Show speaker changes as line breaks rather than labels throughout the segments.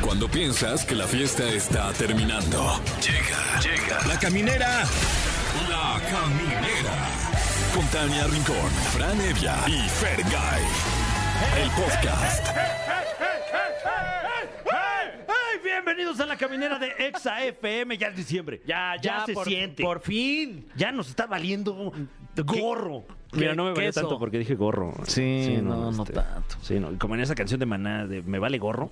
Cuando piensas que la fiesta está terminando. Llega, llega. La caminera. La caminera. Con Tania Rincón, Fran Evia y Fer El podcast.
¡Ay! Bienvenidos a la caminera de Exa FM. Ya es diciembre. Ya, ya, se
por,
siente.
Por fin.
Ya nos está valiendo gorro.
Mira, no me valió
queso.
tanto porque dije gorro.
Sí, no, no
este,
tanto.
Sí, no. Y como en esa canción de Maná de Me vale gorro,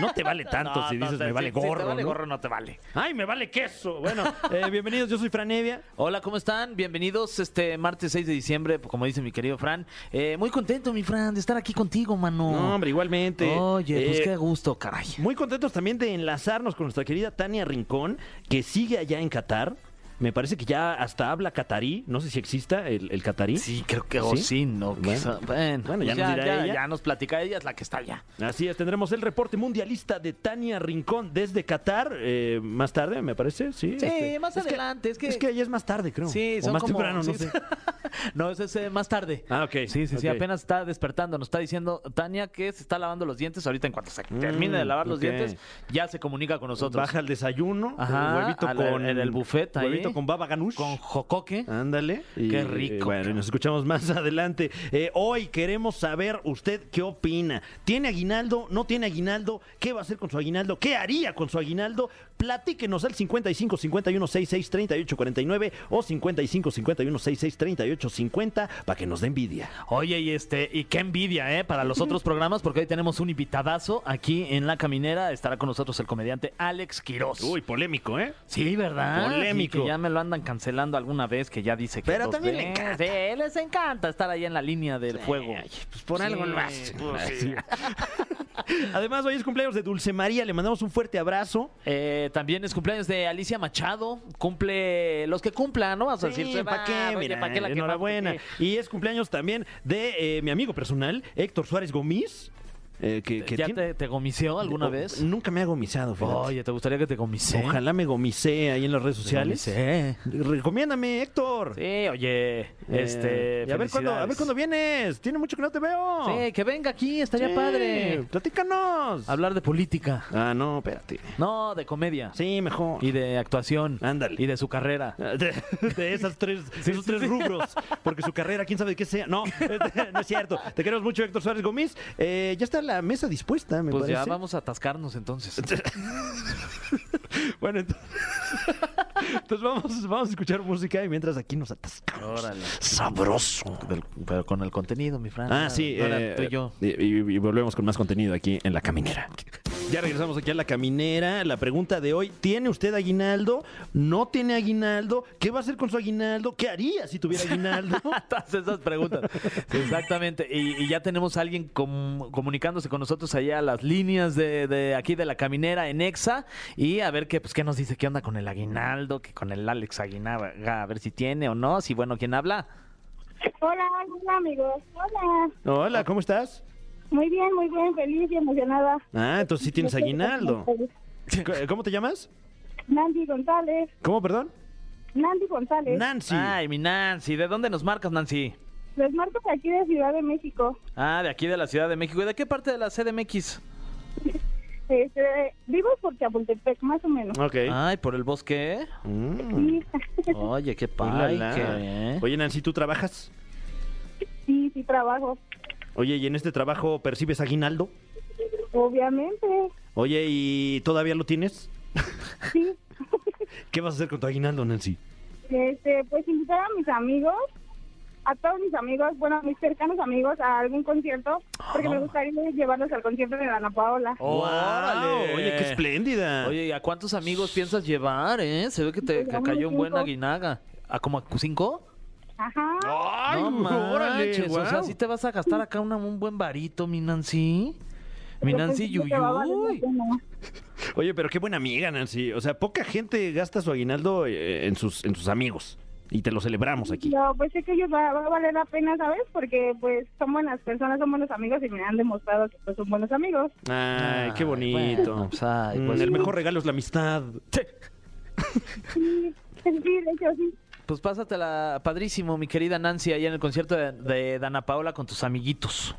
no te vale tanto si dices
te-
me vale
si- si te
gorro.
vale
¿no?
gorro, no te vale.
Ay, me vale queso. Bueno, eh, bienvenidos, yo soy Fran Evia.
Hola, ¿cómo están? Bienvenidos este martes 6 de diciembre, como dice mi querido Fran. Eh, muy contento, mi Fran, de estar aquí contigo, mano.
No, hombre, igualmente.
Oye, pues
Eh,
qué gusto, caray.
Muy contentos también de enlazarnos con nuestra querida Tania Rincón, que sigue allá en Qatar. Me parece que ya hasta habla catarí. No sé si exista el, el catarí.
Sí, creo que o
¿Sí?
sí, no.
Bueno.
quizá- Bueno,
Bueno, ya
pues
nos dirá ella.
ya nos platica ella, es la que está allá.
Así es, tendremos el reporte mundialista de Tania Rincón desde Qatar eh, más tarde, me parece, sí.
Sí,
este,
más
es que-
adelante, es que-
Es que ya es más tarde, creo.
Sí,
o
son
más
como-
temprano, no
sí,
sé.
No, eso es eh, más tarde.
Ah, ok,
Sí, sí, sí,
ok.
apenas está despertando. Nos está diciendo Tania que se está lavando los dientes. Ahorita, en cuanto se termine de lavar los
Mm, ok.
dientes, ya se comunica con nosotros.
Baja el desayuno,
Ajá,
el huevito
al-
con...
en el buffet ahí.
Huevito con baba ganoush.
Con Jocoque.
Ándale. Y,
Qué rico,
eh, bueno, y nos escuchamos más adelante. Eh, hoy queremos saber usted qué opina. ¿Tiene aguinaldo? ¿No tiene aguinaldo? ¿Qué va a hacer con su aguinaldo? ¿Qué haría con su aguinaldo? Platíquenos al 55 51 66 38 49 o 55 51 66 38 50 para que nos dé envidia.
Oye, y este, y qué envidia, ¿eh? Para los otros programas, porque hoy tenemos un invitadazo aquí en La Caminera. Estará con nosotros el comediante Alex Quiroz.
polémico, ¿eh?
Sí, ¿verdad?
Polémico.
Y que ya me lo andan cancelando alguna vez que ya dice que.
Pero
los
también
ve.
le encanta.
Sí, les encanta estar ahí en la línea del fuego.
pues por algo lo hacen.
pues sí.
Además, hoy es cumpleaños de Dulce María. Le mandamos un fuerte abrazo.
Eh, también es cumpleaños de Alicia Machado. Cumple los que cumplan, ¿no? Vas a decir, "Se
¿para
va,
Pues qué?
oye,
Mira,
¿pa' qué eh, la que va?
enhorabuena. Y es cumpleaños también de eh, mi amigo personal, Héctor Suárez Gomis. eh, que, que
¿Ya
tiene-
te, te gomició alguna
Oh,
vez? Oh,
Nunca me ha gomizado, fíjate.
Oye, ¿te gustaría que te gomice?
Ojalá me gomicee ahí en las redes sociales.
Sí.
Recomiéndame, Héctor.
Sí, oye, este.
Eh, y a ver cuándo, a ver
felicidades.
cuándo vienes. Tiene mucho que no te veo.
Sí, que venga aquí, estaría
Sí,
padre.
Platícanos.
Hablar de política.
Ah, no, espérate.
No, de comedia.
Sí, mejor.
Y de actuación.
Ándale.
Y de su carrera.
De, de esas tres, esos tres rubros. Porque su carrera, quién sabe qué sea. No, no es cierto. Te queremos mucho, Héctor Suárez Gómez. Eh, ya está la mesa dispuesta, me
Pues ya
parece.
vamos a atascarnos entonces.
Bueno, ento- entonces, vamos, vamos a escuchar música y mientras aquí nos atascamos.
Órale.
Sabroso.
Del- pero con el contenido, mi Fran.
Ah, sí.
Ahora
eh,
tú y yo.
y- y- y volvemos con más contenido aquí en La Caminera. Ya regresamos aquí a La Caminera. La pregunta de hoy, ¿tiene usted aguinaldo? ¿No tiene aguinaldo? ¿Qué va a hacer con su aguinaldo? ¿Qué haría si tuviera aguinaldo?
Todas esas preguntas. Sí, Exactamente. Y, y ya tenemos a alguien com- comunicándose con nosotros allá a las líneas de, de aquí de la caminera en Exa. Y a ver qué, pues, qué nos dice, qué onda con el Aguinaldo, que con el Alex Aguinaga, a ver si tiene o no, si bueno, ¿quién habla?
Hola, hola amigos. Hola.
Hola, ¿cómo estás?
Muy bien, muy bien, feliz y emocionada.
Ah, entonces sí tienes aguinaldo. C- ¿Cómo te llamas?
Nancy González.
¿Cómo, perdón?
Nancy González.
Nancy.
Ay, mi Nancy, ¿de dónde nos marcas, Nancy?
Los marcos aquí de Ciudad de México.
Ah, de aquí de la Ciudad de México. ¿Y de qué parte de la CDMX?
Este, vivo por Chapultepec, más o menos.
Ok.
Ay, por el bosque.
Mm.
Sí,
Oye, qué
Ay,
padre.
la, la. Oye, Nancy, ¿tú trabajas?
sí, sí, trabajo.
Oye, ¿y en este trabajo percibes aguinaldo?
Obviamente.
Oye, ¿y todavía lo tienes?
Sí.
¿Qué vas a hacer con tu aguinaldo, Nancy?
Este, pues invitar a mis amigos, a todos mis amigos, bueno, a mis cercanos amigos, a algún concierto, porque
Ah.
me gustaría llevarlos al concierto de Ana Paola.
Oh. ¡Órale! Oye, qué espléndida.
Oye, ¿y a cuántos amigos piensas llevar, eh? Se ve que te
Pues
ca-
a
cayó
unos
un buen
cinco.
aguinaga. ¿A como a cinco?
Ajá.
¡Ay,
no manches, o sea,
guau.
sí te vas a gastar acá una- un buen varito, mi Nancy. Mi
Yo pensé
Nancy
que te va a valer la
Yuyuy.
pena.
Oye, pero qué buena amiga, Nancy. O sea, poca gente gasta su aguinaldo eh, en sus, en sus amigos. Y te lo celebramos aquí.
No, pues sé que ellos va, va a valer la pena, ¿sabes? Porque pues son buenas personas, son buenos amigos y me han demostrado que pues, son buenos amigos.
Ay, qué bonito.
bueno, pues, ay,
Mm,
pues,
el mejor regalo es la amistad.
Sí, sí, de hecho sí.
Pues pásatela padrísimo, mi querida Nancy, allá en el concierto de, de Dana Paola con tus amiguitos.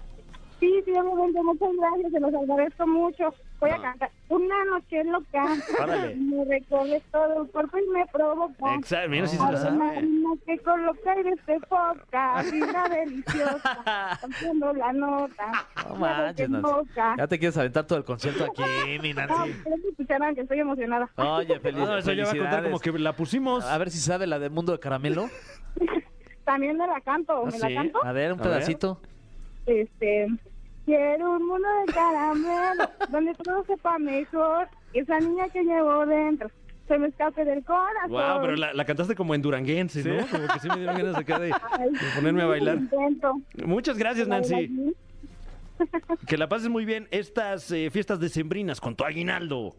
Sí, sí, obviamente, muchas gracias, se los agradezco mucho. Voy a cantar una noche en loca.
Órale.
Me recorre todo el cuerpo y me provoca.
Exacto, mira si se lo
Ave
sabe.
Marina que coloca en este podcast, vida
Ah.
deliciosa, haciendo la nota.
No
la
manches, Nancy.
boca.
Ya te quieres aventar todo el concierto aquí, mi
No,
Nancy.
pero que escucharan Ah, que estoy emocionada.
Oye, feliz,
No, eso Ah, ya va a contar como que la pusimos.
A ver si sabe la de Mundo de Caramelo.
También me la canto,
¿Ah,
¿me la
sí?
canto?
A ver, un
A ver.
pedacito.
Este, quiero un mundo de caramelo, donde todo sepa mejor. Esa niña que llevo dentro, se me escape del corazón.
Wow, pero la, la cantaste como en duranguense, ¿no? Como que sí me dieron ganas acá de,
Ay,
de ponerme a bailar.
Intento.
Muchas gracias,
La
Nancy.
bailarina.
Que la pases muy bien estas eh, fiestas decembrinas con tu aguinaldo.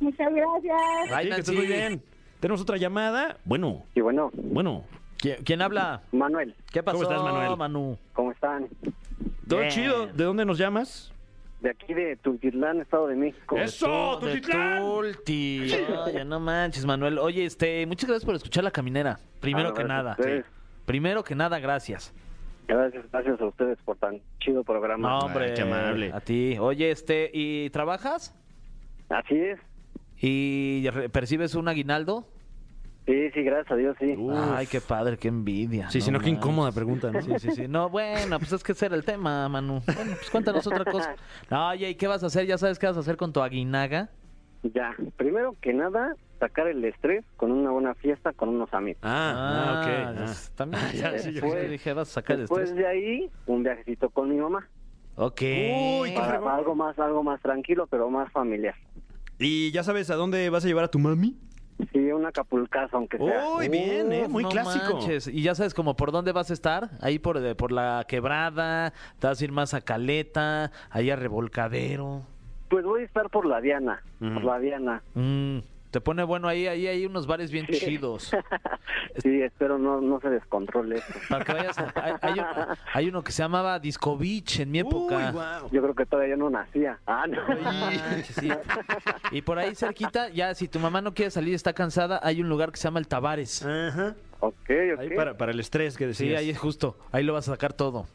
Muchas gracias.
Ay,
Sí, que estés
Nancy.
muy bien. Tenemos otra llamada. Bueno,
Y bueno,
bueno.
¿Quién, quién habla?
Manuel,
¿Qué pasó,
¿Cómo estás, Manuel?
Manu?
¿cómo están?
Todo
Bien.
chido. ¿De dónde nos llamas?
De aquí de Tultitlán, Estado de México.
¡Eso,
De
Tultitlán!
Tulti. Oye, no manches, Manuel. Oye, este, muchas gracias por escuchar La Caminera. Primero
Ah,
que
gracias a
nada.
ustedes.
Sí. Primero que nada, gracias.
Gracias, gracias a ustedes por tan chido
No,
programa.
hombre.
qué amable.
A ti. Oye, este, ¿y trabajas?
Así es.
¿Y re- percibes un aguinaldo?
Sí, sí, gracias a Dios, sí.
Ay, qué padre, qué envidia.
Sí, sino que
Ah, manches.
incómoda pregunta, ¿no?
Sí, sí, sí. No, bueno, pues es que ese era el tema, Manu. Bueno, pues cuéntanos otra cosa. No, Oye, ¿y qué vas a hacer? ¿Ya sabes qué vas a hacer con tu aguinaga?
Ya, primero que nada, sacar el estrés con una buena fiesta con unos amigos.
Ah, ah, ok.
Ah,
Ah.
es-
Ah,
También.
ya, sí, yo
Después-
creo.
dije, vas a sacar el
Después
estrés.
de ahí, un viajecito con mi mamá.
Ok.
Uy, qué
Para,
fregón.
para algo más, algo más tranquilo, pero más familiar.
¿Y ya sabes a dónde vas a llevar a tu mami?
Sí, un acapulcazo, aunque
¡Uy,
sea.
bien, eh! Muy
no
clásico.
manches. Y ya sabes como por dónde vas a estar, ahí por, eh, por la quebrada, te vas a ir más a Caleta, ahí a Revolcadero.
Pues voy a estar por la Diana, por la Diana.
Mm, te pone bueno ahí, ahí hay unos bares bien chidos.
Sí, espero no, no se descontrole esto.
Para que vayas, hay, hay un- hay uno que se llamaba Disco Beach en mi época.
Uy, guau.
Yo creo que todavía yo no nacía. Ah, no.
Ah, sí. Y por ahí cerquita, ya si tu mamá no quiere salir, está cansada, hay un lugar que se llama el Tavares.
Ajá.
Ok,
Pues
ok.
Ahí para, para el estrés que decías.
Sí, ahí es justo. Ahí lo vas a sacar todo.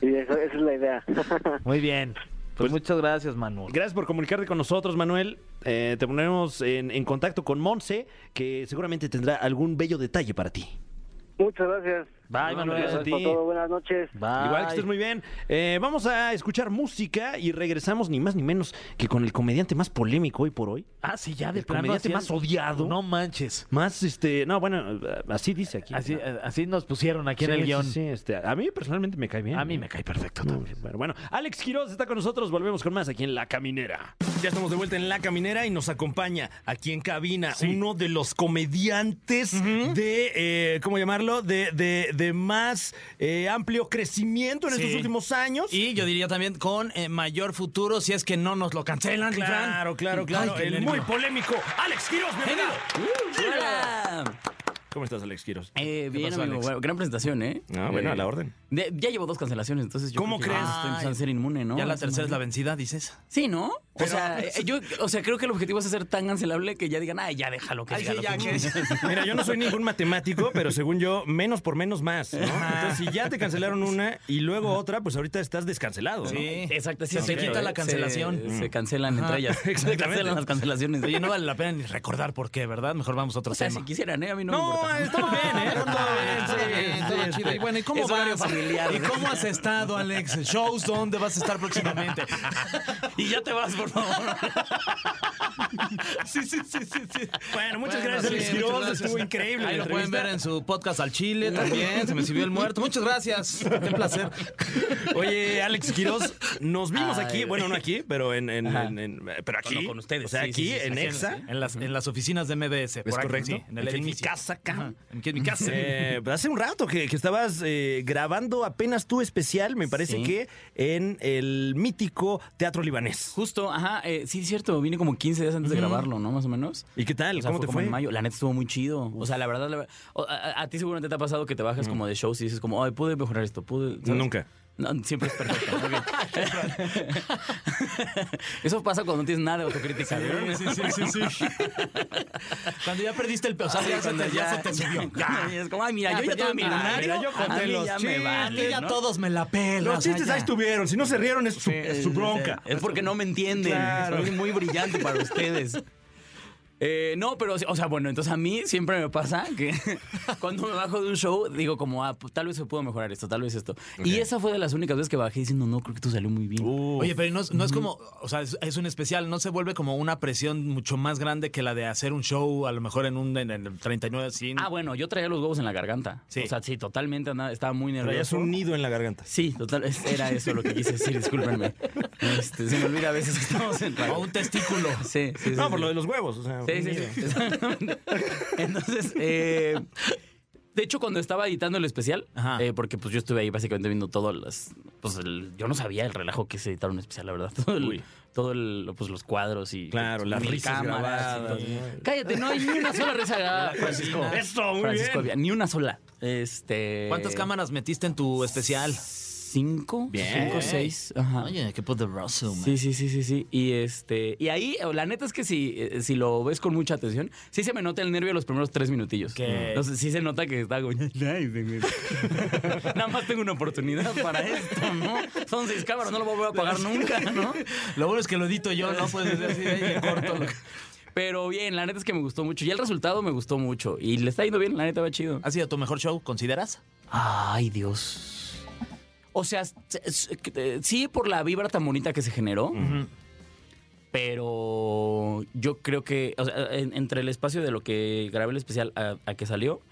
Sí, eso, esa es la idea.
Muy bien. Pues, muchas gracias, Manuel.
Gracias por comunicarte con nosotros, Manuel. Eh, te ponemos en, en contacto con Monse, que seguramente tendrá algún bello detalle para ti.
Muchas gracias.
Bye,
No, hombre,
Manuel.
gracias a ti.
Por todo, buenas noches.
Bye.
Igual que estés muy bien. Eh, vamos a escuchar música y regresamos ni más ni menos que con el comediante más polémico hoy por hoy.
Ah, sí, ya
El
de plano.
comediante
así
más
es.
odiado.
No manches.
Más, este, no, bueno, así dice aquí.
Así, eh,
¿no?
así nos pusieron aquí en
Sí,
el
sí,
guión.
sí, este, a mí personalmente me cae bien.
A mí
¿eh?
me cae perfecto
No,
también.
Bueno, bueno, Alex Quiroz está con nosotros. Volvemos con más aquí en La Caminera.
Ya estamos de vuelta en La Caminera y nos acompaña aquí en cabina uno de los comediantes de, eh, ¿cómo llamarlo? De, de- de más eh, amplio crecimiento en estos últimos años.
Y yo diría también con eh, mayor futuro si es que no nos lo cancelan,
claro, claro, claro. el muy polémico Alex Quiroz, bienvenido. ¿Cómo estás, Alex Quiroz?
Eh, bien,
pasó,
amigo.
Alex?
Bueno, gran presentación, ¿eh?
Ah, bueno, a la orden.
De- ya llevo dos cancelaciones, entonces yo.
¿Cómo
creo que
crees?
ya Estoy empezando a ser inmune, ¿no?
Ya la tercera es la vencida, dices.
Sí, ¿no? O sea, eh, yo, o sea, creo que el objetivo es hacer tan cancelable que ya digan, ay, ya déjalo que
Ay,
diga
sí,
lo
ya,
que quiera".
Mira, yo no soy ningún matemático, pero según yo, menos por menos más. ¿no? Entonces, si ya te cancelaron una y luego otra, pues ahorita estás descancelado. ¿no?
Sí.
Exacto, sí,
Se
es
te
cierto,
quita
¿eh?
la cancelación.
Se, se cancelan entre ellas. Se
exactamente.
cancelan las cancelaciones.
Oye, no vale la pena ni recordar por qué, ¿verdad? Mejor vamos a otro
O sea, si
tema.
quisieran, ¿eh? A mí no, me
No,
importa.
estamos bien, ¿eh? Todo
sí,
bien,
sí,
todo
sí.
chido. Y bueno, ¿y cómo
Es horario
vas?
familiar.
¿Y cómo has estado, Alex? ¿Shows dónde vas a estar próximamente?
Y ya te vas, por favor.
Sí, sí, sí, sí. sí.
Bueno, muchas
Bueno,
gracias,
sí,
Alex
muchas
Quiroz.
gracias.
Estuvo increíble. la
Ahí lo pueden
entrevista.
ver en su podcast al Chile también. Se me sirvió el muerto. Muchas gracias. Qué placer.
Oye, Alex Quiroz, nos vimos
Ay.
aquí, bueno, no aquí, pero en, en- en- en- pero aquí,
Bueno, con ustedes,
o sea,
sí,
aquí
sí, sí, sí,
en
sí,
Exa,
En las, en las oficinas de MBS.
es
por aquí,
correcto,
sí, en el
Aquí en mi
edificio.
casa, acá.
Aquí en mi casa.
Eh, pero hace un rato que, que estabas eh, grabando apenas tu especial, me parece
Sí.
que en el mítico Teatro Libanés.
Justo, ajá, eh, sí, es cierto, vine como 15 días antes de grabarlo, ¿no? Más o menos.
¿Y qué tal?
O sea,
¿Cómo
fue
te
como
fue?
en mayo. La neta estuvo muy chido. O sea, la verdad, la ver- o- a, a- a ti seguramente te ha pasado que te bajas como de shows y dices como, ay, pude mejorar esto, pude. ¿sabes?
Nunca.
No, siempre es perfecta. muy bien. Eso pasa cuando no tienes nada de autocrítica. ¿vieron?
Sí, sí, sí, sí, sí. Cuando ya perdiste el peso, ya, se
Cuando
te, ya se te subió.
cuando ya es como, ay, mira, yo ya
pero
tuve mi
ya,
lunario.
mira, yo
a
conté
mí
los
ya me
chistes,
vale,
ya
¿no?
todos me la pelan.
Los chistes ahí estuvieron. Si no se rieron, es su,
Sí,
su
sí,
bronca.
sí. Es porque no me entienden.
Claro.
Soy muy brillante para ustedes. Eh, no, pero, o sea, bueno, entonces a mí siempre me pasa que cuando me bajo de un show, digo como, ah, pues, tal vez se pudo mejorar esto, tal vez esto. Y esa fue de las únicas veces que bajé diciendo, no, creo que tú salió muy bien.
Uh.
Oye, pero no, es- no es como, o sea, es, es un especial, no se vuelve como una presión mucho más grande que la de hacer un show, a lo mejor en un en el 39 sin.
Ah, bueno, yo traía los huevos en la garganta.
Sí.
O sea, sí, totalmente, andaba- estaba muy
Traías
nervioso.
un nido en la garganta.
Sí, total, es- era eso lo que quise decir, discúlpenme. Este, se me olvida a veces que estamos en...
o un testículo.
Sí, sí, sí.
No,
sí.
por lo de los huevos. O sea,
Sí, sí, sí. Exactamente. Entonces, eh, de hecho, cuando estaba editando el especial,
Ajá.
eh, porque pues yo estuve ahí básicamente viendo todas las. Pues el- yo no sabía el relajo que es editar un especial, la verdad. Todo el, todo el- pues, los cuadros y.
Claro, las
mil
risas
cámaras y
grabadas,
todo. Cállate, no hay ni una sola risa grabada, Francisco.
Eso, muy
Francisco,
bien.
Avia, ni una sola. Este.
¿Cuántas cámaras metiste en tu especial?
Cinco.
Bien.
Cinco, seis. Ajá.
Oye, qué puto Russell, man.
Sí, sí, sí, sí, sí. Y este, y ahí, la neta es que si, eh, si lo ves con mucha atención, sí se me nota el nervio los primeros tres minutillos.
¿Qué?
Entonces sí se nota que está como, Nada más tengo una oportunidad para esto, ¿no? Son seis cámaras, no lo voy a pagar nunca, ¿no?
Lo bueno es que lo edito yo, no puedes decir ahí le corto. lo que-
Pero bien, la neta es que me gustó mucho. Y el resultado me gustó mucho. Y le está yendo bien, la neta va chido.
¿Ha sido tu mejor show, consideras?
Ay, Dios. O sea, s- s- eh, sí por la vibra tan bonita que se generó. Pero yo creo que, o sea, en- entre el espacio de lo que grabé el especial a, a que salió,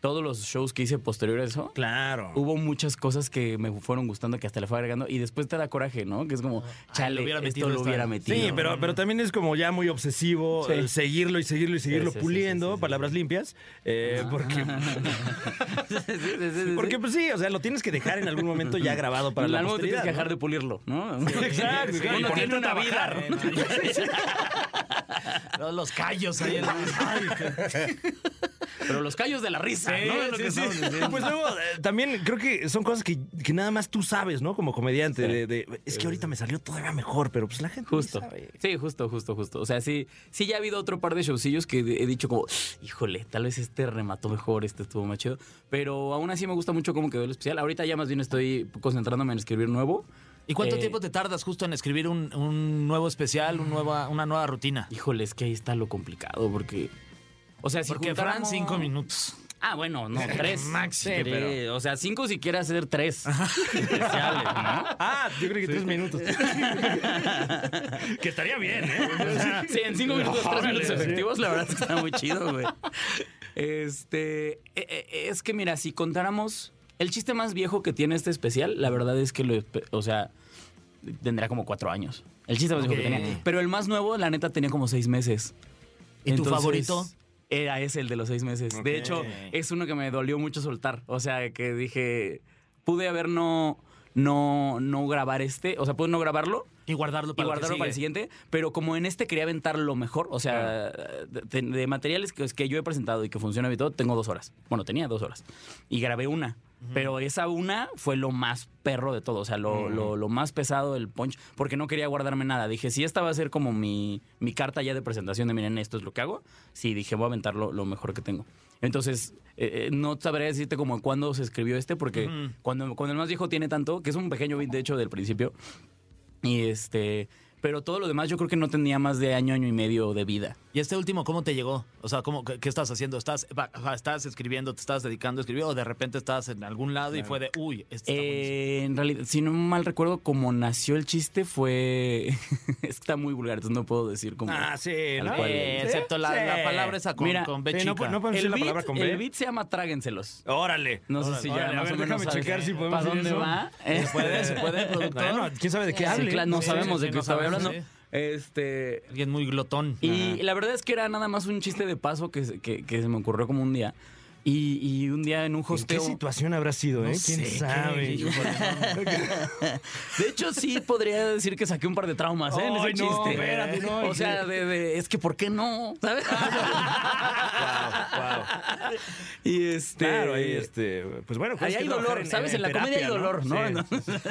todos los shows que hice posterior a eso,
Claro.
hubo muchas cosas que me fueron gustando, que hasta le fue agregando, y después te da coraje, ¿no? Que es como,
Ah,
chale,
lo hubiera
esto
metido,
lo
esto.
hubiera metido.
Sí, pero, pero también es como ya muy obsesivo
Sí.
el seguirlo y seguirlo y seguirlo
sí, sí,
puliendo,
sí, sí, sí.
palabras limpias, eh, porque,
Sí, sí, sí, sí, sí.
porque pues sí, o sea, lo tienes que dejar en algún momento ya grabado para la
Algo te tienes
posteridad.
que dejar
¿no?
de pulirlo, ¿no?
Exacto,
Sí,
claro, y
uno
ponerte
tiene
a
una vida.
trabajar,
¿no?
Todos los callos ahí en la... Ay,
Pero los callos de la risa,
Sí,
¿no? Es lo
sí,
que
sí.
son, sí.
Pues luego, eh, también creo que son cosas que, que nada más tú sabes, ¿no? Como comediante, de, de, es que ahorita me salió todavía mejor, pero pues la gente ni
Justo.
sabe.
Sí, justo, justo, justo. O sea, sí, sí ya ha habido otro par de showcillos que he dicho como, híjole, tal vez este remató mejor, este estuvo más chido. Pero aún así me gusta mucho cómo quedó el especial. Ahorita ya más bien estoy concentrándome en escribir nuevo.
¿Y cuánto
Eh,
tiempo te tardas justo en escribir un, un nuevo especial, un nueva, una nueva rutina?
Híjole, es que ahí está lo complicado porque... O sea, si
Porque Fran,
juntáramos-
cinco minutos.
Ah, bueno, no, tres.
Máximo.
Sí, pero- O sea, cinco si quieres hacer tres especiales, ¿no?
Ah, yo creo que tres minutos. que estaría bien, ¿eh?
Sí, en cinco minutos, tres minutos efectivos, la verdad es que está muy chido, güey. Este, e- e- es que mira, si contáramos el chiste más viejo que tiene este especial, la verdad es que lo, espe- o sea, tendrá como cuatro años. El chiste más viejo que tenía. Pero el más nuevo, la neta, tenía como seis meses.
¿Y tu favorito?
Era ese el de los seis meses.
Ok.
De hecho, es uno que me dolió mucho soltar. O sea, que dije, pude haber no, no, no grabar este, o sea, pude no grabarlo,
Y guardarlo para
y
lo que
guardarlo para el
sigue.
siguiente. Pero como en este quería aventar lo mejor, o sea, de, de materiales que, que yo he presentado y que funciona y todo, tengo dos horas. Bueno, tenía dos horas. Y grabé una. Pero esa una fue lo más perro de todo, o sea, lo, lo- lo más pesado el punch, porque no quería guardarme nada. Dije, si esta va a ser como mi, mi carta ya de presentación de miren, esto es lo que hago, sí, dije, voy a aventar lo, lo mejor que tengo. Entonces, eh, eh, no sabré decirte como cuándo se escribió este, porque cuando, cuando el más viejo tiene tanto, que es un pequeño beat, de hecho, del principio, y este. Pero todo lo demás yo creo que no tenía más de año, año y medio de vida.
¿Y este último cómo te llegó? O sea, ¿cómo, qué, qué estás haciendo? ¿Estás, va- va- ¿Estás escribiendo, te estás dedicando a escribir o de repente estás en algún lado y fue de, uy, este está buenísimo"?
Eh, en realidad, si no mal recuerdo, como nació el chiste fue... es que está muy vulgar, entonces no puedo decir como...
Ah, sí,
Tal
¿no?
cual.
Eh,
Sí,
excepto la,
sí.
la palabra esa con,
Mira,
con B
Sí, no,
chica.
no podemos decir
el,
la
beat,
palabra con B.
el beat se llama Tráguenselos.
Órale.
No sé si ya
Órale, a
más
ver,
o menos
déjame
sabes
checar si podemos
¿Para
decir eso.
dónde va?
¿Se puede? ¿Se puede, productor?
Eh. Bueno, ¿Quién sabe de qué
Sí,
hable?
claro, no
Sí,
sabemos
sí, sí,
de qué
no
estaba
sabemos,
hablando.
sí.
Este...
Alguien muy glotón.
Y la verdad es que era nada más un chiste de paso que, se- que- que se me ocurrió como un día. Y, y un día en un
¿En qué
hosteo.
situación habrá sido, eh? ¿Quién
sé,
sabe?
qué- De hecho, sí podría decir que saqué un par de traumas, ¿eh? En ese
Ay, no,
chiste.
espérate, no,
o sea, de, de, es que ¿por qué no? ¿Sabes?
Ah,
Y este.
Claro, ahí este. Pues bueno,
Ahí
cosas
hay
que trabajar
dolor, ¿sabes? En, la
terapia,
comedia hay dolor, ¿no?
Sí.
Entonces-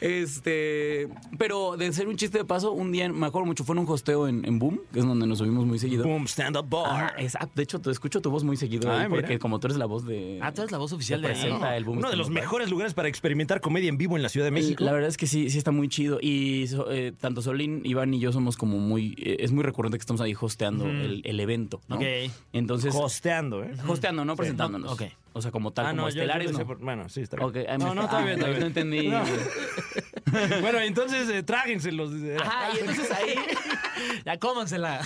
este, pero de ser un chiste de paso, un día, me acuerdo mucho, fue en un hosteo en, en Boom, que es donde nos subimos muy seguido.
Boom, stand up
Ajá,
bar.
exacto. De hecho, te escucho tu voz muy seguido
Ah,
ahí, porque
mira.
como tú eres la voz de.
Ah, tú eres la voz oficial
que
de ahí.
presenta el Boom
Uno de
Stand
los
Up Bar.
mejores lugares para experimentar comedia en vivo en la Ciudad de México.
La verdad es que sí, sí está muy chido. Y so- eh, tanto Solín, Iván y yo somos como muy. eh, es muy recurrente que estamos ahí hosteando el, el evento, ¿no?
Ok.
Entonces.
Costeando, ¿eh? Ah,
hosteando, no presentándonos.
No, ok.
O sea, como pues, tal, como
yo- yo
estelares,
decía
no.
por- Bueno, sí, está bien.
Ok, ay, me-
no, no, está
ah,
bien, está bien.
No entendí.
bueno, entonces eh, tráguenselos. dice.
Ajá, y entonces ahí.
Ya cómansela.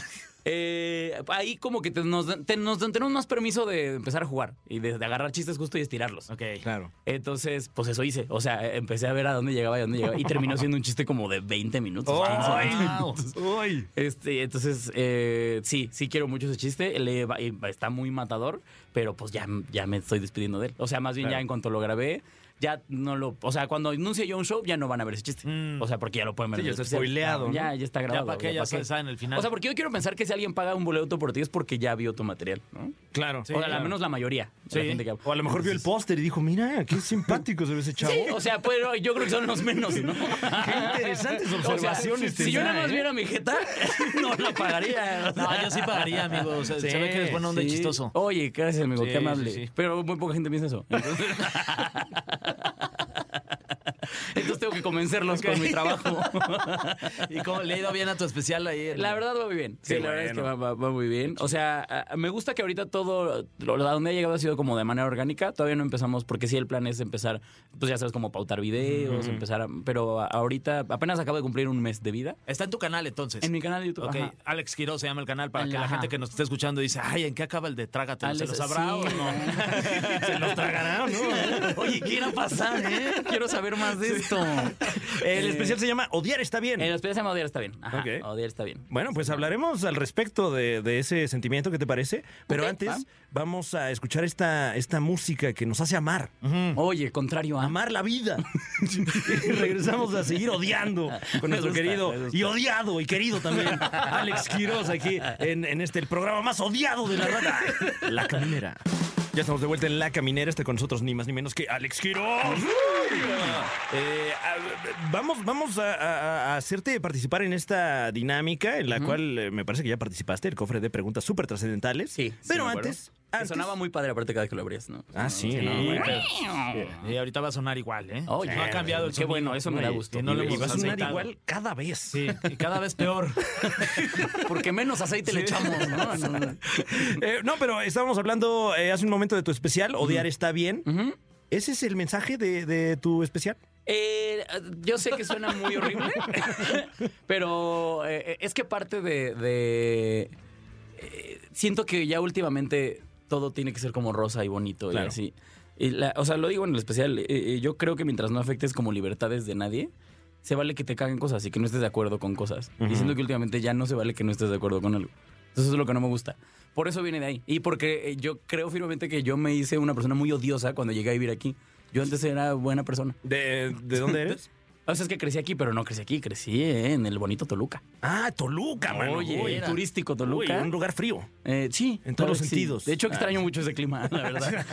eh, ahí como que te- nos, dan- te- nos dan- tenemos más permiso de empezar a jugar y de, de agarrar chistes justo y estirarlos.
Ok.
Claro.
Entonces, pues eso hice. O sea, empecé a ver a dónde llegaba y a dónde llegaba. Y terminó siendo un chiste como de 20 minutos. 15 minutos.
¡Uy!
Este, entonces, eh, sí, sí quiero mucho ese chiste. Le va- eh, está muy matador, pero pues ya, ya me estoy despidiendo de él. O sea, más bien ya en cuanto lo grabé, ya no lo. O sea, cuando anuncie yo un show, ya no van a ver ese chiste. O sea, porque ya lo pueden ver.
Mm. Sí, ya
en el
está
especial.
spoileado, ¿no?
Ya, ya está grabado.
Ya para qué, ya
pa' qué.
saben el final.
O sea, porque yo quiero pensar que si alguien paga un boleto por ti es porque ya vio tu material, ¿no?
Claro.
o sea, al menos la mayoría. de la
Sí.
gente que-
O a lo mejor vio el póster y dijo, mira, qué simpático se ve ese chavo.
Sí, o sea, pero yo creo que son los menos, ¿no?
Qué interesantes
O sea,
observaciones.
si yo
tendrá,
nada más
¿eh?
viera mi jeta, no la pagaría. o sea.
No, yo sí pagaría, amigo. O sea,
Sí,
se ve que eres bueno, onda y
Sí.
chistoso.
Oye, gracias, amigo,
Sí,
qué amable.
sí, sí.
Pero muy poca gente piensa eso. Entonces, Entonces tengo que convencerlos con mi trabajo.
¿Y cómo le ha ido bien a tu especial ayer?
La verdad va muy bien. Sí,
Qué
la verdad es que va,
bueno.
va- va muy bien. O sea, a- me gusta que ahorita todo, lo, lo- a donde he llegado ha sido como de manera orgánica. Todavía no empezamos porque sí el plan es empezar, pues ya sabes, como pautar videos, empezar a- Pero a- ahorita apenas acabo de cumplir un mes de vida.
Está en tu canal entonces.
En mi canal de YouTube.
Ok,
ajá.
Alex Quiroz se llama el canal para que la
Ajá.
gente que nos esté escuchando dice, ay, ¿en qué acaba el de trágate? ¿Se
Alex,
lo sabrá o
Ah, sí,
no?
Se los tragará, ¿no?
Oye, quiero pasar, ¿eh? Quiero saber más de esto.
El
Eh,
especial se llama Odiar está bien.
En los pies se llama odiar está bien. Ajá,
Ok.
odiar está bien.
Bueno, pues hablaremos al respecto de, de ese sentimiento, ¿qué te parece? Pero
Ok,
antes
va.
vamos a escuchar esta, esta música que nos hace amar.
Oye, contrario a...
Amar la vida. y regresamos a seguir odiando con
Me
nuestro
gusta,
querido
me gusta.
y odiado y querido también Alex Quiroz aquí en, en este, el programa más odiado de la rata, La Caminera. Ya estamos de vuelta en La Caminera, está con nosotros ni más ni menos que Alex Quiroz. Eh, a- vamos vamos a, a- a hacerte participar en esta dinámica en la cual eh, me parece que ya participaste, el cofre de preguntas súper trascendentales.
Sí, sí,
pero
me acuerdo.
antes...
Que
antes-
Sonaba muy padre aparte cada vez que lo abrías, ¿no?
Ah, sí, no, bueno.
Y ahorita va a sonar igual, ¿eh?
Oye,
no ha cambiado el
Oh, qué bueno, eso me da
Oye,
gusto.
y no lo
y
hemos
va a sonar
aceitado.
igual cada vez.
Sí, y cada vez peor.
Porque menos aceite le echamos, ¿no? No, no.
Eh, no, pero estábamos hablando eh, hace un momento de tu especial, Odiar está bien.
Ujú.
¿Ese es el mensaje de, de tu especial?
Eh, yo sé que suena muy horrible, pero eh, es que parte de... de- eh, siento que ya últimamente todo tiene que ser como rosa y bonito
Claro.
y así. Y la- o sea, lo digo en el especial, eh, eh, yo creo que mientras no afectes como libertades de nadie, se vale que te caguen cosas y que no estés de acuerdo con cosas. Y siento que últimamente ya no se vale que no estés de acuerdo con algo. Entonces eso es lo que no me gusta. Por eso viene de ahí. Y porque eh, yo creo firmemente que yo me hice una persona muy odiosa cuando llegué a vivir aquí. Yo antes era buena persona.
¿De, de dónde eres?
O sea, es que crecí aquí, pero no crecí aquí, crecí eh, en el bonito Toluca.
ah, Toluca, mano.
Oye,
Uy,
turístico
uy,
Toluca.
un lugar frío.
Eh, sí.
En todos los
sí.
sentidos. Ah.
De hecho, extraño mucho ese clima, la verdad.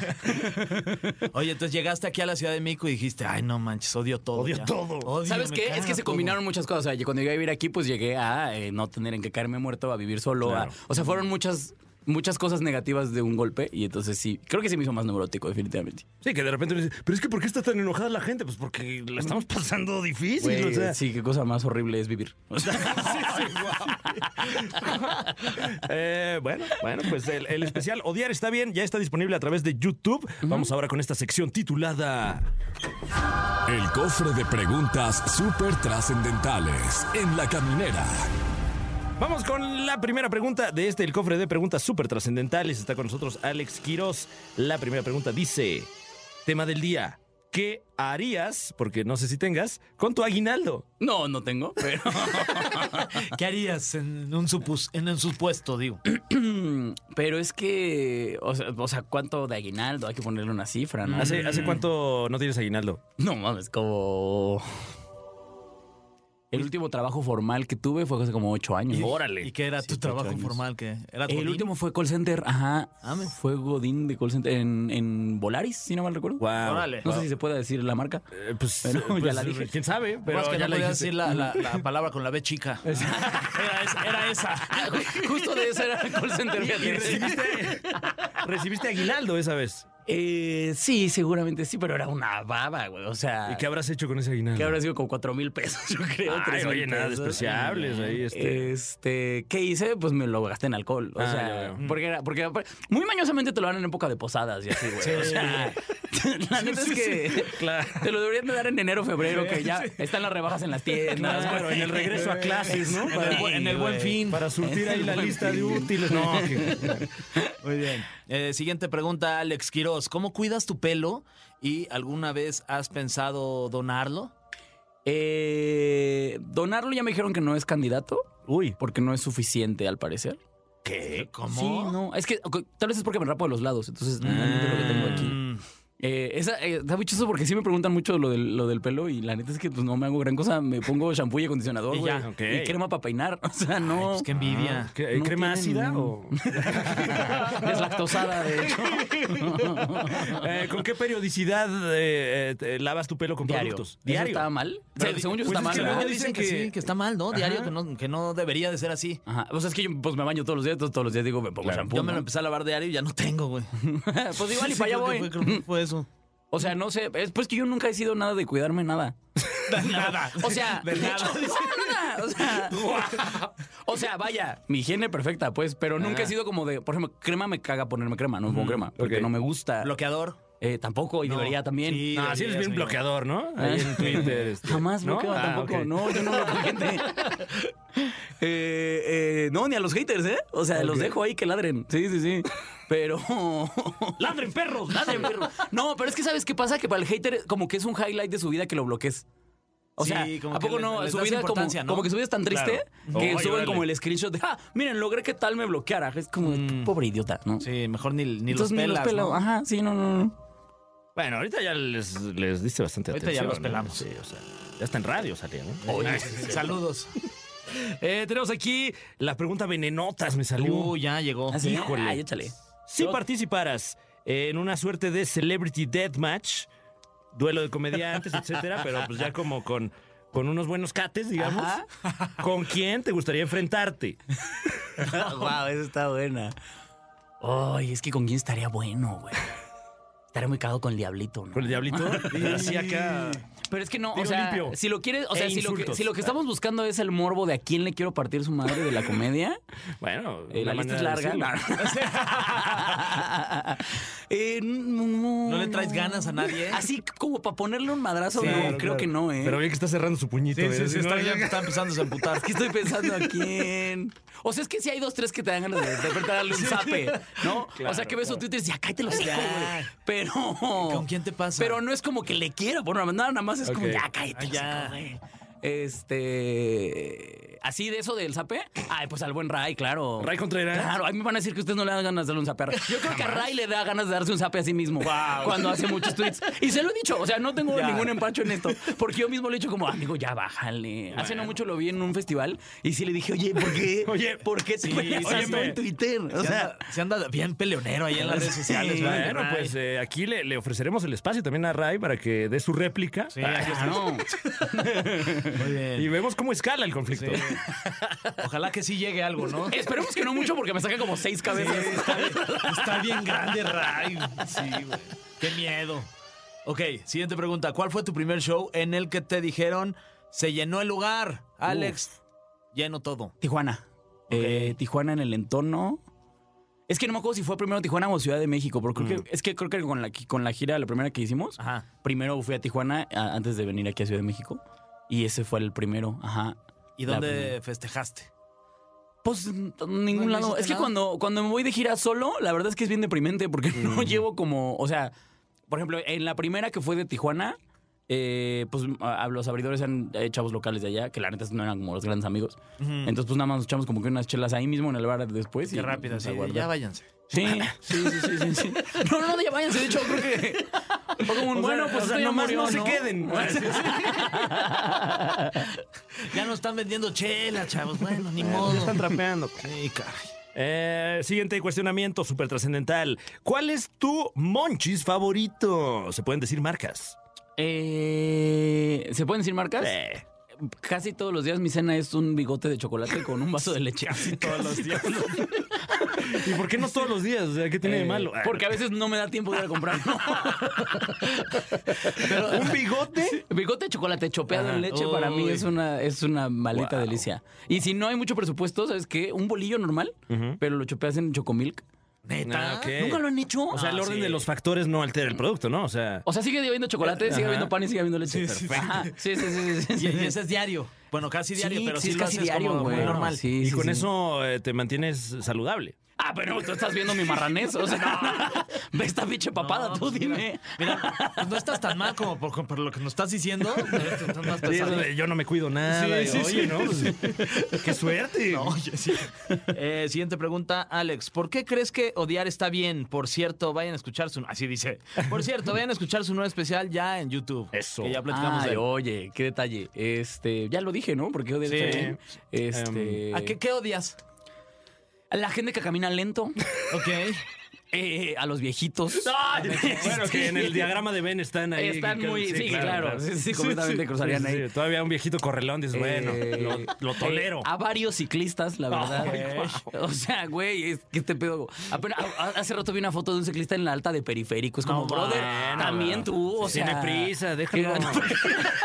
Oye, entonces llegaste aquí a la Ciudad de México y dijiste, ay, no manches, odio todo.
Odio
ya.
todo.
Odio,
¿Sabes
me
qué?
caga
Es que se
todo.
combinaron muchas cosas. O sea, yo cuando llegué a vivir aquí, pues llegué a eh, no tener en qué caerme muerto, a vivir solo. a-
Claro.
o sea, fueron muchas, muchas cosas negativas de un golpe. Y entonces sí, creo que sí me hizo más neurótico, definitivamente.
Sí, que de repente me dice, pero es que ¿por qué está tan enojada la gente? Pues porque la estamos pasando difícil.
Güey,
o sea.
sí, qué cosa más horrible es vivir. O sea,
Eh, bueno, bueno, pues el, el especial Odiar está bien, ya está disponible a través de YouTube. Vamos ahora con esta sección titulada
El cofre de preguntas súper trascendentales en la caminera.
Vamos con la primera pregunta de este, el cofre de preguntas súper trascendentales. Está con nosotros Alex Quiroz. La primera pregunta dice, tema del día, ¿qué ¿Qué harías, porque no sé si tengas, con tu aguinaldo?
No, no tengo, pero.
¿Qué harías en un, supus- en un supuesto, digo?
pero es que. O sea, o sea, ¿cuánto de aguinaldo? Hay que ponerle una cifra, ¿no?
Mm.
¿Hace, ¿Hace cuánto no tienes aguinaldo?
No mames, como. El último trabajo formal que tuve fue hace como ocho años.
¿Y qué era tu trabajo formal? que ¿Era
El
Godín?
último fue call center, ajá.
Mames.
Fue Godín de call center en, en Volaris, si no mal recuerdo.
Wow.
Órale.
No sé si se puede decir la marca.
Eh, pues,
Bueno,
eh,
ya
pues,
la dije.
¿Quién sabe? Pero
Más que
ya
no
la
podía
dijiste.
decir la, la- la palabra con la B chica. Era esa. Era esa.
Justo de esa era el call center.
Y
fíjate.
recibiste, recibiste aguinaldo esa vez.
Eh, sí, seguramente sí, pero era una baba, güey. O sea,
¿Y qué habrás hecho con ese aguinaldo?
que habrá sido como cuatro mil pesos, yo creo.
Ay,
tres mil
oye, nada,
pesos.
despreciables ahí, este.
Este, ¿qué hice? Pues me lo gasté en alcohol. O
Ah, ya
sea,
veo.
porque era, porque muy mañosamente te lo dan en época de posadas y así, güey. O sea, la neta es que te lo deberían de dar en enero, febrero, que ya están las rebajas en las tiendas.
Claro,
güey.
en el regreso a clases, ¿no?
En el bu- en el buen fin.
Para surtir ahí la
Buen
lista de
fin.
útiles. No, que-
Muy bien. Eh, siguiente pregunta, Alex Quiroz. ¿Cómo cuidas tu pelo y alguna vez has pensado donarlo?
Eh, donarlo ya me dijeron que no es candidato. Uy. Porque no es suficiente, al parecer.
¿Qué?
Sí, no. Es que ok, tal vez es porque me rapo de los lados, entonces no realmente lo que tengo aquí.
Ah,
Eh, esa, eh, está muy chistoso porque sí me preguntan mucho lo del, lo del pelo y la neta es que pues no me hago gran cosa. Me pongo shampoo y acondicionador,
Y
güey.
ya,
ok.
Y crema para peinar. O sea, no.
Pues qué envidia.
¿Qué- eh,
No
¿Crema
tienen
ácida
un-
o...?
Deslactosada, de hecho.
Eh, ¿Con qué periodicidad eh, eh, te lavas tu pelo con
Diario.
productos?
¿Eso está mal?
Pero
según yo eso
pues
está
es que
mal.
luego
¿verdad?
dicen que, sí, que está mal, ¿no? Diario,
Ajá.
que no, que no debería de ser así.
Ajá. O sea, es que yo pues, me baño todos los días, entonces todos los días digo, me pongo shampoo.
Yo me lo
¿no?
empecé a lavar diario y ya no tengo, güey.
pues igual y
Sí,
para
creo que
allá voy.
fue- creo que fue eso.
O sea, no sé, es pues que yo nunca he sido nada de cuidarme nada. nada. O sea, de hecho, no, nada. O sea, o sea, vaya, mi higiene perfecta, pues, pero nunca he sido como de, por ejemplo, crema me caga ponerme crema, no me pongo crema, porque
Ah. ok.
no me gusta.
Bloqueador.
Eh, tampoco, y debería también.
Sí,
Ah,
deberías,
sí eres bien
amigo.
bloqueador, ¿no? Ahí en Twitter. este.
Ah. ¿Eh? Jamás
¿No?
bloqueo
Ah,
tampoco.
ok.
No, yo no bloqueo gente. Eh, eh, no, ni a los haters, ¿eh? O sea, los dejo ahí que ladren. Sí, sí, sí. Pero.
¡Ladren perros!
Ladren, perro. No, pero es que ¿sabes qué pasa? Que para el hater como que es un highlight de su vida que lo bloquees. O
Sí,
sea,
como
¿a
que
poco
le-
no?
les
Su
das
vida como,
importancia, ¿no?
como que su vida es tan triste
Claro.
que
Ay,
suben
órale.
como el screenshot de, ah, miren, logré que tal me bloqueara. Es como, pobre idiota, ¿no?
Mm. Sí, mejor ni, ni los
Entonces ni
pelas.
los pelo.
¿no?
Ajá, sí, no, no, no.
Bueno, ahorita ya les, les diste bastante
Ahorita ya
atención,
los
¿no?
pelamos.
Sí, o sea, ya está en radio saliendo.
Saludos.
Eh, tenemos aquí la pregunta venenotas, me salió.
Uh, ya llegó.
Así,
Híjole.
Ay, échale.
Si participaras en una suerte de celebrity deathmatch, duelo de comediantes, etcétera, pero pues ya como con, con unos buenos cates, digamos, ¿con quién te gustaría enfrentarte?
wow, esa está buena. Ay, es que con quién estaría bueno, güey. Estaría muy cagado con el diablito, ¿no?
¿Con el diablito? Y así acá.
Pero es que no, o
Tiro
sea,
limpio.
si lo quieres, o
E
sea, si lo, que,
insultos.
si lo que estamos buscando es el morbo de a quién le quiero partir su madre de la comedia,
Bueno,
eh, la
una
lista es
manera de
larga.
decirlo.
Eh, no, no,
¿No le traes ganas a nadie?
Así como para ponerle un madrazo, no,
Claro,
creo
claro.
que no, ¿eh?
Pero bien que está cerrando su puñito.
Sí,
¿eh?
sí, sí,
No,
está,
ya-
ya está empezando a se amputar.
Es que estoy pensando a quién. O sea, es que si hay dos, tres que te dan ganas de de repente darle un zape, ¿no? o sea, que ves su Twitter y dices, ya cállate los hocico, güey. Pero.
¿Con quién te pasa? Ah,
Pero no es como que le quiero, por nada, nada más es como,
Ok.
ya cállate los
ya.
hocico, güey. Este. Así de eso del zape. Ay, pues al buen Ray, claro.
Ray Contreras.
Claro, a mí me van a decir que ustedes no le dan ganas de darle un zape a Ray. Yo creo que a Ray le da ganas de darse un zape a sí mismo cuando hace muchos tweets. Y se lo he dicho, o sea, no tengo ningún empacho en esto, porque yo mismo le he dicho como, amigo, ya bájale. Hace no mucho lo vi en un festival y sí le dije, oye, ¿por qué?
Oye,
¿por qué te
sí,
peleas
oye,
tanto
me-
en Twitter? O
Se
sea,
anda, se anda bien peleonero ahí en las redes sociales.
Sí.
¿verdad?
Bueno, pues eh, aquí le, le ofreceremos el espacio también a Ray para que dé su réplica
Sí, aquí está.
no.
Muy
y
bien.
vemos cómo escala el conflicto.
Ojalá que sí llegue algo, ¿no?
Esperemos que no mucho porque me saca como seis cabezas.
está, bien, está bien grande, Ray. Sí, güey. Qué miedo. Ok, siguiente pregunta. ¿Cuál fue tu primer show en el que te dijeron se llenó el lugar, Alex? Lleno todo.
Tijuana. Eh, Tijuana en el entorno. Es que no me acuerdo si fue primero Tijuana o Ciudad de México, porque
Mm.
creo que- es que creo que con la, con la gira, la primera que hicimos,
Ajá.
primero fui a Tijuana a- antes de venir aquí a Ciudad de México. Y ese fue el primero, ajá.
¿Y
La
dónde
primera.
festejaste?
Pues n-
No,
ningún
no
lado.
hiciste
Es que
nada.
cuando, cuando me voy de gira solo, la verdad es que es bien deprimente porque no llevo como, o sea, por ejemplo, en la primera que fue de Tijuana, eh, pues a, a los abridores eran eh, chavos locales de allá, que la neta no eran como los grandes amigos. Entonces, pues nada más nos echamos como que unas chelas ahí mismo en el bar después.
Qué
y
rápido,
nos
así de,
aguardó.
Ya váyanse.
Sí, sí, sí, sí, sí, sí. No, no, no, ya váyanse. De hecho, creo que fue como un, bueno, pues
o sea,
esto ya
nomás
murió,
no se queden.
Ya nos están vendiendo chela, chavos. Bueno, ni modo.
están trapeando.
pues.
Sí, caray.
Eh, siguiente cuestionamiento súper trascendental. ¿Cuál es tu monchis favorito? Se pueden decir marcas.
Eh, ¿Se pueden decir marcas?
Eh,
Casi todos los días mi cena es un bigote de chocolate con un vaso de leche.
todos los días. ¿Y por qué no todos los días? O sea, ¿qué tiene de
Eh,
malo?
Porque a veces no me da tiempo de ir a comprarlo. Pero
un bigote.
bigote de chocolate chopeado en leche para mí
Uy.
es una, es una maldita delicia. Y si no hay mucho presupuesto, ¿sabes qué? Un bolillo normal, pero lo chopeas en chocomilk.
Neta.
Ah, ok.
¿Nunca lo han hecho?
O sea, el
Ah,
orden
sí.
de los factores no altera el producto, ¿no? O sea,
O sea, sigue habiendo chocolate, sigue habiendo pan y sigue habiendo leche.
Eh, Sí, sí,
Perfecto. Ajá. Sí, sí, sí, sí, sí.
Y, y ese es diario. Bueno, casi diario,
Sí,
pero
sí,
sí,
es
lo
casi
haces
diario,
como muy
güey.
normal.
Sí.
eh, y con eso eh, te mantienes saludable.
Ah, pero tú estás viendo mi marranés. O sea, ve esta pinche papada,
No,
tú
pues,
dime.
Mira, mira, pues no estás tan mal como por, por lo que nos estás diciendo. Estás más
Sí, eso
pesado.
de yo no me cuido nada.
Sí,
y,
sí,
oye,
sí.
¿no? Pues, Qué suerte.
No, oye, sí. Eh, siguiente pregunta, Alex. ¿Por qué crees que odiar está bien? Por cierto, vayan a escuchar su... Así dice. Por cierto, vayan a escuchar su nuevo especial ya en YouTube.
Eso.
Que ya platicamos
Ay,
de él.
oye, qué detalle. Este, ya lo dije, ¿no? Porque odio
Sí.
también. Este,
¿A qué, qué odias?
a la gente que camina lento,
Ok.
eh, a los viejitos.
Bueno, que en el diagrama de Ben Este, están ahí.
Están muy- sí, claro, sí, sí, completamente cruzarían ahí.
Todavía un viejito correlón dices, bueno,
Eh,
lo, lo tolero.
eh, a varios ciclistas, la verdad.
Ay, guau.
o sea, güey, es que este pedo. apenas- a- a- hace rato vi una foto de un ciclista en la alta de periférico. Es como,
No,
brother,
bueno,
también tú. O sea,
Tiene prisa, déjalo.
que-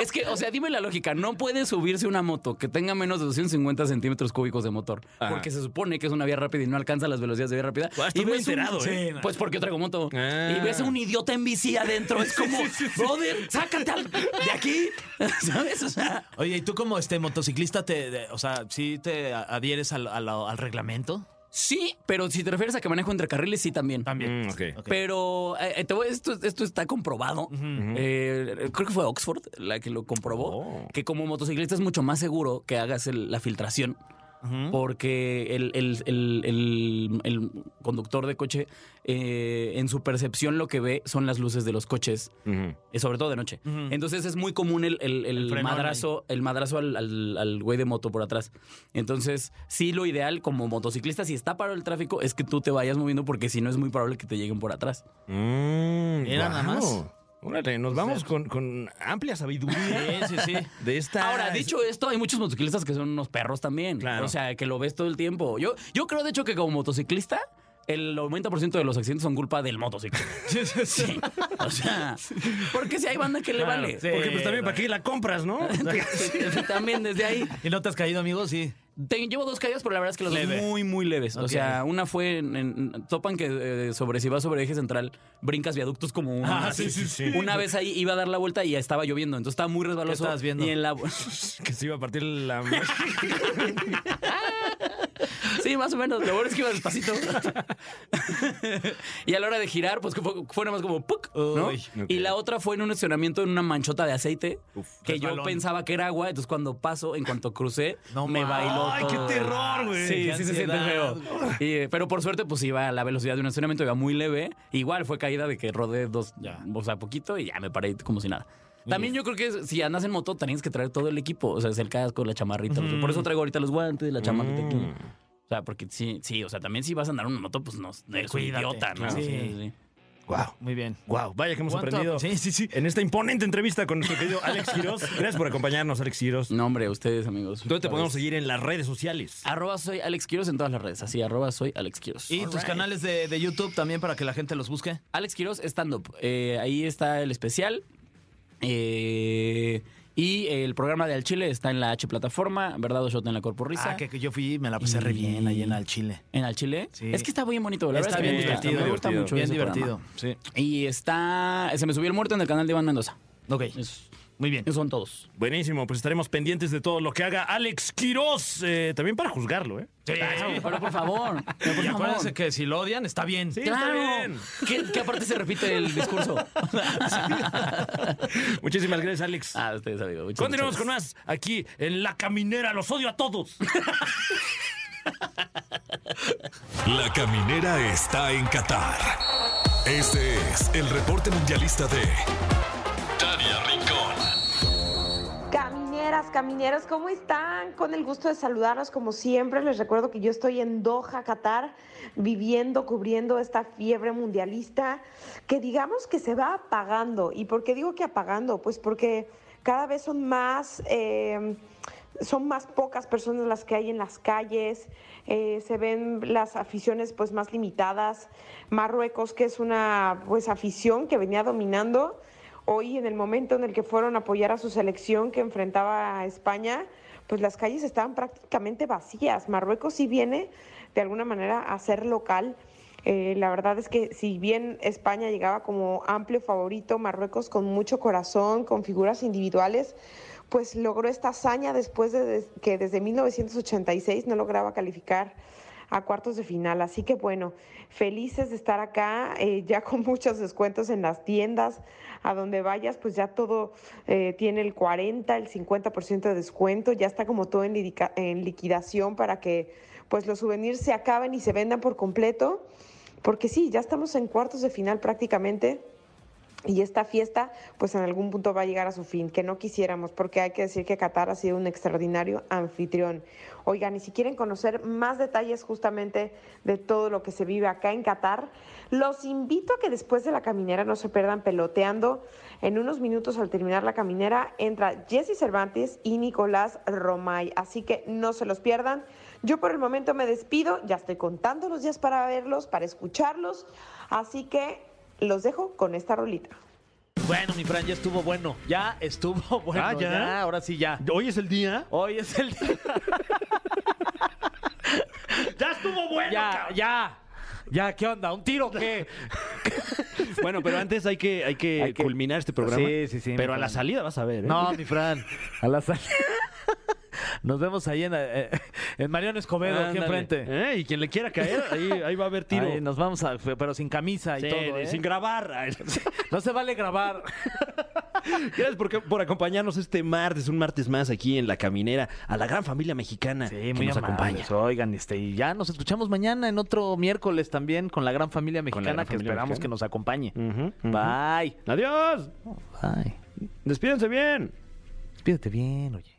es que, o sea, dime la lógica. No puede subirse una moto que tenga menos de 250 centímetros cúbicos de motor.
Ajá.
Porque se supone que es una vía rápida y no alcanza las velocidades de vía rápida.
Guau, estás
y
muy
ves un-
enterado, ¿eh?
Sí, Pues porque traigo moto.
Ah.
Y ves a un idiota en bici adentro. Es como, brother, sácate al- de aquí. ¿Sabes? O sea.
Oye, ¿y tú como este motociclista, te, de- o sea, sí te a- adhieres al, al- al reglamento?
Sí, pero si te refieres a que manejo entre carriles, sí también.
También.
Mm, ok.
Ok.
Pero eh, eh, te voy- esto, esto está comprobado. Eh, creo que fue Oxford la que lo comprobó.
Oh.
Que como motociclista es mucho más seguro que hagas el- la filtración. Porque el, el- el- el- el conductor de coche, eh, en su percepción, lo que ve son las luces de los coches
Ujú.
eh, sobre todo de noche. Entonces es muy común el, el- el
frenón
madrazo, el madrazo al, al- al güey de moto por atrás. Entonces, sí, lo ideal como motociclista, si está parado el tráfico, es que tú te vayas moviendo porque si no es muy probable que te lleguen por atrás.
Mm,
Era nada
guau.
más.
Órale, nos vamos con, con amplia sabiduría
Sí, sí, sí.
de esta.
Ahora, dicho esto, hay muchos motociclistas que son unos perros también.
Claro.
O sea, que lo ves todo el tiempo. Yo, yo creo, de hecho, que como motociclista, el 90% de los accidentes son culpa del motociclista. Sí. O sea, porque si hay banda que le vale.
Porque pues también para qué la compras, ¿no?
Porque también desde ahí.
¿Y no te has caído, amigo? Sí.
Te- llevo dos caídas, pero la verdad es que las dos
Leve.
muy, muy leves. O
Ok.
sea, una fue en, en- topan que eh, sobre si vas sobre eje central, brincas viaductos como un-
Ah,
sí, sí, sí.
Una vez ahí iba a dar la vuelta y estaba lloviendo, entonces estaba muy
¿Qué
resbaloso.
estabas viendo?
Y en la-
que se iba a partir la.
sí, más o menos. Lo bueno es que iba despacito. y a la hora de girar, pues fue, fue nada más como ¡puc! ¿no?
Uy,
ok.
Y la otra fue en un estacionamiento en una manchota de aceite que yo
resbalón.
pensaba que era agua. Entonces, cuando paso, en cuanto crucé,
No
me
ma-
bailó.
¡Ay, qué
todo.
terror, güey!
Sí,
Qué
sí se siente
ansiedad.
feo. Y, eh, pero por suerte, pues iba a la velocidad de un estacionamiento, iba muy leve. Igual fue caída de que rodé dos, o sea, poquito y ya me paré como si nada. También yo creo que si andas en moto, tienes que traer todo el equipo. O sea, es el casco, la chamarrita. los- Por eso traigo ahorita los guantes, la
Mm.
chamarrita aquí. O sea, porque sí, sí, o sea, también si vas a andar en una moto, pues no, eres un
Eh, Cuídate,
idiota, ¿no?
claro.
Sí,
Sí.
sí, sí.
Wow.
Muy bien.
Wow, vaya que hemos
¿Cuánto?
aprendido
Sí, sí, sí.
en esta imponente entrevista con nuestro querido Alex Quiroz. Gracias por acompañarnos, Alex Quiroz.
No, hombre, ustedes, amigos.
¿Dónde te
otra vez.
podemos seguir en las redes sociales?
Arroba soy Alex Quiroz en todas las redes. Así, arroba soy Alex Quiroz.
¿Y tus canales de, de YouTube también para que la gente los busque?
Alex Quiroz stand-up. Eh, ahí está el especial. Eh, y el programa de Al Chile está en la H plataforma, ¿verdad? O Shot en la Corporrisa.
Ah, que, que yo fui y me la pasé re bien ahí en el Chile.
En Al Chile.
Sí.
Es que está bien bonito, la
Está
verdad es que
bien
me gusta,
divertido,
Me gusta
divertido.
mucho.
Bien
ese
divertido.
programa.
Sí.
Y está. Se me subió el muerto en el canal de Iván Mendoza.
Ok.
Es
Muy bien.
Son todos.
Buenísimo, pues estaremos pendientes de todo lo que haga Alex Quiroz, eh, también para juzgarlo, ¿eh?
Claro, pero por favor. pero por
Y
favor.
acuérdense que si lo odian, está bien.
Sí, está
Claro.
bien.
Que, que aparte se repite el discurso.
Muchísimas gracias, Alex.
ah, ustedes, amigo. muchas
Continuamos con
gracias.
más aquí en La Caminera. Los odio a todos.
La caminera está en Qatar. Este es el reporte mundialista de Tania Rincón.
Camineras, camineros, ¿cómo están? Con el gusto de saludarlos como siempre. Les recuerdo que yo estoy en Doha, Qatar, viviendo, cubriendo esta fiebre mundialista que digamos que se va apagando. ¿Y por qué digo que apagando? Pues porque cada vez son más... eh, son más pocas personas las que hay en las calles, eh, se ven las aficiones pues más limitadas. Marruecos, que es una pues afición que venía dominando, hoy en el momento en el que fueron a apoyar a su selección que enfrentaba a España, pues las calles estaban prácticamente vacías. Marruecos sí viene de alguna manera a ser local. Eh, la verdad es que si bien España llegaba como amplio favorito, Marruecos con mucho corazón, con figuras individuales, pues logró esta hazaña después de des- que desde 1986 no lograba calificar a cuartos de final. Así que bueno, felices de estar acá, eh, ya con muchos descuentos en las tiendas, a donde vayas, pues ya todo eh, tiene el 40, el 50% de descuento, ya está como todo en, lidica- en liquidación para que pues los souvenirs se acaben y se vendan por completo, porque sí, ya estamos en cuartos de final prácticamente y esta fiesta pues en algún punto va a llegar a su fin, que no quisiéramos, porque hay que decir que Qatar ha sido un extraordinario anfitrión. Oigan, y si quieren conocer más detalles justamente de todo lo que se vive acá en Qatar, los invito a que después de la caminera no se pierdan peloteando. En unos minutos al terminar la caminera entra Jesse Cervantes y Nicolás Romay, así que no se los pierdan. Yo por el momento me despido, ya estoy contando los días para verlos, para escucharlos, así que los dejo con esta rolita.
Bueno, mi Fran, ya estuvo bueno. Ya estuvo bueno.
Ah, ¿ya?
ahora sí ya.
Hoy es el día.
Hoy es el día.
¡Ya estuvo bueno!
ya, ya. Ya, ¿qué onda? ¿Un tiro o qué?
Bueno, pero antes hay que, hay que
Hay que-
culminar este programa.
Sí, sí, sí,
Pero
mi
a la
Fran.
salida vas a ver, ¿eh?
No, mi Fran. A la sal- Nos vemos ahí en, eh, en Mariano Escobedo, aquí
Ándale.
enfrente.
¿Eh? Y quien le quiera caer, ahí, ahí va a haber tiro.
Ahí nos vamos a. Pero sin camisa y
Sí,
todo. ¿eh?
Sin grabar.
No se vale grabar.
Gracias por, por acompañarnos este martes, un martes más aquí en La Caminera, a la gran familia mexicana
Sí,
que
muy
nos acompaña.
amables. Oigan, este, y ya nos escuchamos mañana en otro miércoles también con la gran familia
Con
mexicana
la gran
que
familia
esperamos
mexicana.
que nos acompañe.
Ujú, ujú.
Bye.
¡Adiós!
Bye.
¡Despídense bien!
Despídete bien, oye.